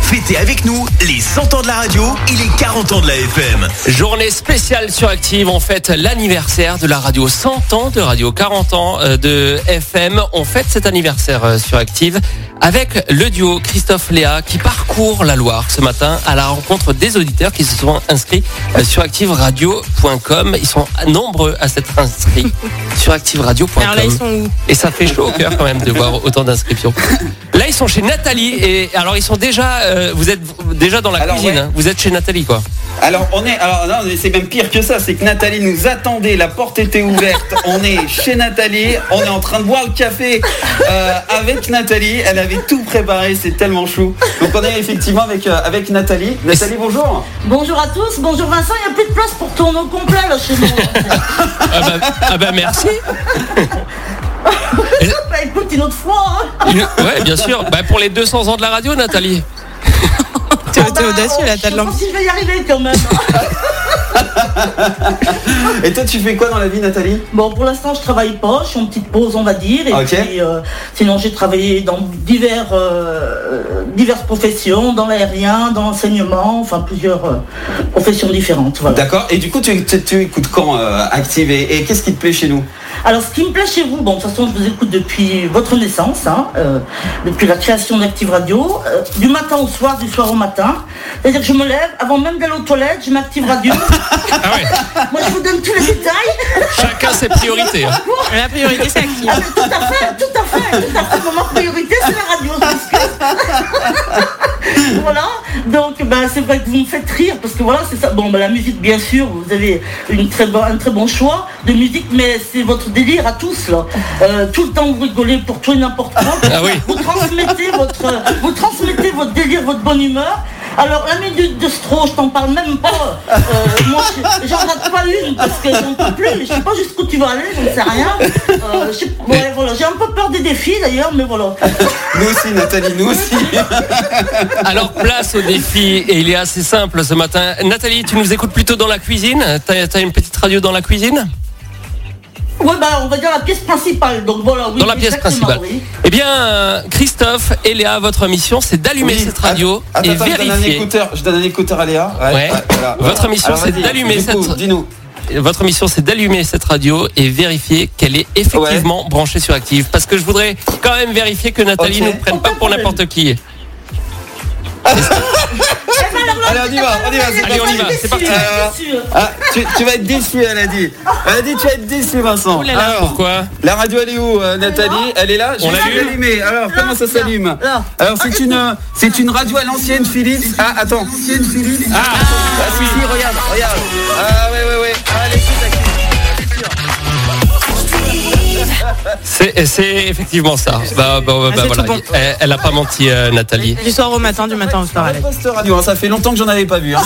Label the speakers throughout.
Speaker 1: Fêtez avec nous les 100 ans de la radio et les 40 ans de la FM.
Speaker 2: Journée spéciale sur Active, on fête l'anniversaire de la radio 100 ans, de radio 40 ans euh, de FM. On fête cet anniversaire euh, sur Active avec le duo Christophe Léa qui parcourt la Loire ce matin à la rencontre des auditeurs qui se sont inscrits euh, sur activeradio.com. Ils sont nombreux à s'être inscrits sur activeradio.com.
Speaker 3: Alors là, ils sont où
Speaker 2: Et ça fait chaud au cœur quand même de voir autant d'inscriptions. Là, ils sont chez Nathalie et alors ils sont déjà, euh, vous êtes déjà dans la
Speaker 4: Alors,
Speaker 2: cuisine.
Speaker 4: ouais.
Speaker 2: hein. Vous êtes chez Nathalie quoi.
Speaker 4: Alors on est, alors non, mais c'est même pire que ça, c'est que Nathalie nous attendait, la porte était ouverte, on est chez Nathalie, on est en train de boire le café euh, avec Nathalie, elle avait tout préparé, c'est tellement chou. Donc on est effectivement avec euh, avec Nathalie. Nathalie, bonjour.
Speaker 5: Bonjour à tous, bonjour Vincent, il n'y a plus de place pour tourner au complet là chez nous.
Speaker 2: Ah bah, ah bah, merci.
Speaker 5: bah écoute, une autre fois, hein.
Speaker 2: Ouais, bien sûr. Bah, pour les 200 ans de la radio, Nathalie.
Speaker 3: T'es
Speaker 5: Ah bah,
Speaker 3: t'es audacieux
Speaker 5: oh,
Speaker 3: là, t'as de
Speaker 5: Je sais pas
Speaker 3: l'envie.
Speaker 5: si je vais y arriver quand même. hein.
Speaker 4: Et toi, tu fais quoi dans la vie, Nathalie
Speaker 5: bon, pour l'instant, je travaille pas, je suis en petite pause, on va dire. Et
Speaker 4: Ok.
Speaker 5: puis, euh, sinon, j'ai travaillé dans divers, euh, diverses professions, dans l'aérien, dans l'enseignement, enfin plusieurs euh, professions différentes. Voilà.
Speaker 4: D'accord. Et du coup, tu, tu, tu écoutes quand euh, Active et, et qu'est-ce qui te plaît chez nous
Speaker 5: Alors, ce qui me plaît chez vous, bon, de toute façon, je vous écoute depuis votre naissance, hein, euh, depuis la création d'Active Radio, euh, du matin au soir, du soir au matin. C'est-à-dire que je me lève, avant même d'aller aux toilettes, je m'active Radio.
Speaker 2: Ah ouais.
Speaker 5: Moi, je vous donne tous les détails.
Speaker 2: Chacun ses priorités. hein.
Speaker 3: La priorité, c'est active.
Speaker 5: Ah, mais tout à fait, tout à fait, tout à fait. Pour ma priorité, c'est la radio. je m'excuse. voilà. Donc, bah, c'est vrai que vous me faites rire parce que voilà, c'est ça. Bon, bah, la musique, bien sûr, vous avez une très bon- un très bon choix de musique, mais c'est votre délire à tous là. Euh, tout le temps, vous rigolez pour tout et n'importe quoi.
Speaker 2: Ah oui.
Speaker 5: Vous transmettez votre, vous transmettez votre délire, votre bonne humeur. Alors la minute de Stro, je t'en parle même pas. Euh, moi, je- j'en rate pas une parce que j'en peux plus. Je sais pas jusqu'où tu vas aller, je ne sais rien. Euh, je sais- ouais, voilà, j'ai un peu peur des défis d'ailleurs, mais voilà.
Speaker 4: Nous aussi, Nathalie, nous aussi.
Speaker 2: Alors place au défi et il est assez simple ce matin. Nathalie, tu nous écoutes plutôt dans la cuisine T'as t'as une petite radio dans la cuisine
Speaker 5: Ouais, bah on va dire la pièce principale. Donc voilà. Oui,
Speaker 2: Dans la pièce
Speaker 5: exactement,
Speaker 2: principale.
Speaker 5: oui.
Speaker 2: Eh bien, euh, Christophe et Léa, votre mission, c'est d'allumer
Speaker 4: Oui.
Speaker 2: cette radio
Speaker 4: Att- attends,
Speaker 2: et
Speaker 4: attends, Je donne un
Speaker 2: vérifier.
Speaker 4: écouteur, je donne un écouteur à Léa.
Speaker 2: Ouais. Votre mission,
Speaker 4: Alors,
Speaker 2: c'est
Speaker 4: vas-y,
Speaker 2: d'allumer
Speaker 4: du coup,
Speaker 2: cette-
Speaker 4: Dis-nous.
Speaker 2: Votre mission, c'est d'allumer cette radio et vérifier qu'elle est effectivement branchée sur Active. Parce que je voudrais quand même vérifier que Nathalie
Speaker 4: Ok.
Speaker 2: ne nous prenne pas
Speaker 5: Aucun
Speaker 2: pour
Speaker 5: problème.
Speaker 2: n'importe qui.
Speaker 5: Eh ben,
Speaker 4: Allez, on y va, on y va, c'est
Speaker 2: Allez, on y va, c'est parti.
Speaker 5: Bien sûr.
Speaker 4: Ah, tu, tu vas être déçu, elle a dit. Elle a dit, tu vas être déçu, Vincent.
Speaker 3: Ouh là là.
Speaker 4: Alors,
Speaker 2: Pourquoi
Speaker 4: La radio, elle est où, euh, Nathalie Elle est là Je
Speaker 2: On
Speaker 4: vais
Speaker 2: l'allume
Speaker 4: l'allumer. Alors, comment ça s'allume
Speaker 5: là.
Speaker 4: Alors, c'est une, euh, c'est une radio à l'ancienne Philips. Ah, attends. Ah, ah, si, si, regarde, regarde. Ah, ouais, ouais, ouais. Allez,
Speaker 2: C'est c'est effectivement ça. Bah, bah, bah,
Speaker 3: Ah,
Speaker 2: bah,
Speaker 3: c'est
Speaker 2: voilà.
Speaker 3: tout bon.
Speaker 2: Elle- Elle n'a pas menti, euh, Nathalie.
Speaker 3: Du soir au matin, du matin au soir. allez.
Speaker 4: Poste radio, hein, ça fait longtemps que j'en avais pas vu. hein.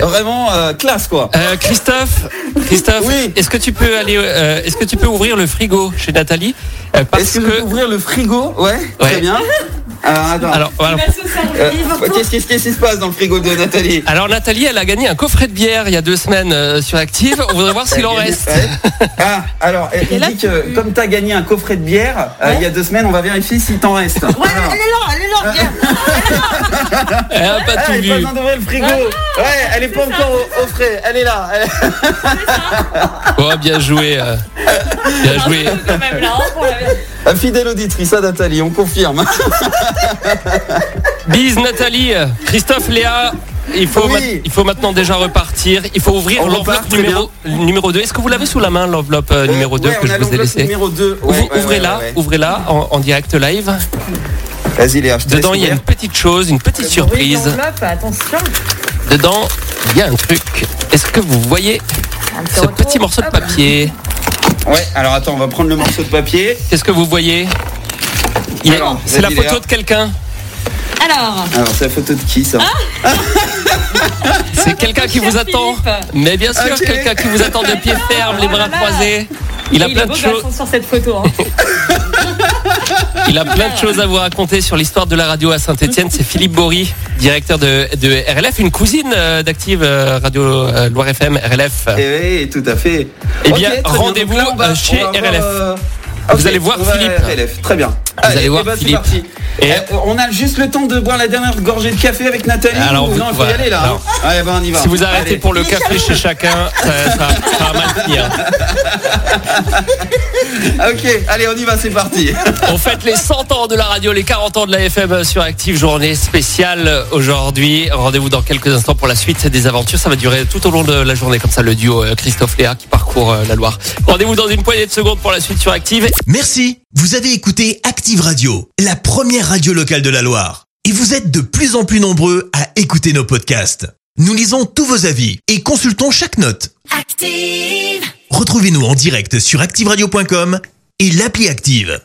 Speaker 4: Vraiment euh, classe, quoi.
Speaker 2: Euh, Christophe, Christophe,
Speaker 4: Oui.
Speaker 2: est-ce que tu peux aller, euh, est-ce que tu peux ouvrir le frigo chez Nathalie Euh, Parce
Speaker 4: Est-ce
Speaker 2: que,
Speaker 4: que, je peux ouvrir le frigo ouais,
Speaker 2: Ouais.
Speaker 4: très bien. Alors, attends.
Speaker 2: alors, voilà.
Speaker 4: Euh, qu'est-ce, qu'est-ce- qu'est-ce qui se passe dans le frigo de Nathalie
Speaker 2: Alors, Nathalie, elle a gagné un coffret de bière il y a deux semaines euh, sur Active. On voudrait voir s'il en
Speaker 4: Ouais.
Speaker 2: reste.
Speaker 4: Ah, alors, elle
Speaker 3: là,
Speaker 4: dit que comme t'as gagné un coffret de bière, euh, il y a deux semaines, on va vérifier s'il t'en reste.
Speaker 5: Ouais,
Speaker 4: Alors.
Speaker 5: elle est là, elle est là. regarde.
Speaker 2: Elle a pas
Speaker 4: Ah,
Speaker 2: tout
Speaker 4: elle est
Speaker 2: Eh, vu.
Speaker 4: pas besoin d'ouvrir le frigo.
Speaker 5: Ah,
Speaker 4: Ouais, elle est pas encore au, au frais. Elle est là. Elle-
Speaker 2: Oh, bien joué. euh. Bien
Speaker 3: Ah,
Speaker 2: joué.
Speaker 3: Quand même, là, hein, pour la-
Speaker 4: Euh, Fidèle auditrice à Nathalie, on confirme.
Speaker 2: Bise, Nathalie. Christophe, Léa. Il faut,
Speaker 4: Oui.
Speaker 2: ma- il faut maintenant déjà repartir. Il faut ouvrir
Speaker 4: On
Speaker 2: l'enveloppe
Speaker 4: repart, très
Speaker 2: numéro, numéro 2. Est-ce que vous l'avez sous la main, l'enveloppe euh, numéro 2
Speaker 4: Ouais,
Speaker 2: que
Speaker 4: on
Speaker 2: je
Speaker 4: a
Speaker 2: vous ai
Speaker 4: l'enveloppe
Speaker 2: laissée
Speaker 4: Numéro 2.
Speaker 2: Vous- Ouvrez-la, ouvrez-la en, en direct live.
Speaker 4: Vas-y, Léa, je te
Speaker 2: Dedans,
Speaker 4: laisse
Speaker 2: il y a une
Speaker 4: ouvrir.
Speaker 2: petite chose, une petite surprise. Dedans, il y a un truc. Est-ce que vous voyez ce petit morceau de papier
Speaker 4: Ouais, alors attends, on va prendre le morceau de papier.
Speaker 2: Qu'est-ce que vous voyez Il y a-
Speaker 4: Alors,
Speaker 2: C'est la
Speaker 4: vas-y, Léa.
Speaker 2: photo de quelqu'un.
Speaker 6: Alors,
Speaker 5: Ah.
Speaker 4: Alors, c'est la photo de qui ça
Speaker 2: C'est quelqu'un qui vous attend. Mais bien sûr,
Speaker 4: Ok.
Speaker 2: quelqu'un qui vous attend de pied ferme, les bras
Speaker 6: là là.
Speaker 2: croisés. Il a
Speaker 6: il
Speaker 2: plein
Speaker 6: est
Speaker 2: de
Speaker 6: beau
Speaker 2: choses.
Speaker 6: garçon sur cette photo. hein.
Speaker 2: Il a plein de choses à vous raconter sur l'histoire de la radio à Saint-Etienne. C'est Philippe Bory, directeur de, de RLF, une cousine euh, d'Active euh, Radio euh, Loire FM, RLF.
Speaker 4: Eh oui, tout à fait.
Speaker 2: Eh
Speaker 4: Ok,
Speaker 2: bien,
Speaker 4: très donc
Speaker 2: rendez-vous,
Speaker 4: là, on va-
Speaker 2: euh, chez
Speaker 4: on va voir,
Speaker 2: RLF.
Speaker 4: ok,
Speaker 2: Vous allez voir
Speaker 4: on va à
Speaker 2: Philippe.
Speaker 4: RLF, très bien. Allez,
Speaker 2: allez
Speaker 4: eh
Speaker 2: voir
Speaker 4: ben, c'est
Speaker 2: Philippe.
Speaker 4: parti.
Speaker 2: Et-
Speaker 4: Eh, on a juste le temps de boire la dernière gorgée de café avec Nathalie.
Speaker 2: Alors,
Speaker 4: ou-
Speaker 2: vous-
Speaker 4: non, il faut y
Speaker 2: voilà,
Speaker 4: aller là.
Speaker 2: alors.
Speaker 4: hein. Allez, ben, on y va.
Speaker 2: Si vous arrêtez
Speaker 4: Allez.
Speaker 2: pour le café chez chacun, ça, ça- ça va mal finir.
Speaker 4: Ok, allez, on y va, c'est parti.
Speaker 2: On fête les 100 ans de la radio, les 40 ans de la FM sur Active, journée spéciale aujourd'hui. Rendez-vous dans quelques instants pour la suite des aventures. Ça va durer tout au long de la journée, comme ça, le duo euh, Christophe Léa qui parcourt euh, la Loire. Rendez-vous dans une poignée de secondes pour la suite sur Active.
Speaker 1: Merci. Vous avez écouté Active Radio, la première radio locale de la Loire. Et vous êtes de plus en plus nombreux à écouter nos podcasts. Nous lisons tous vos avis et consultons chaque note.
Speaker 7: Active.
Speaker 1: Retrouvez-nous en direct sur activeradio.com et l'appli Active.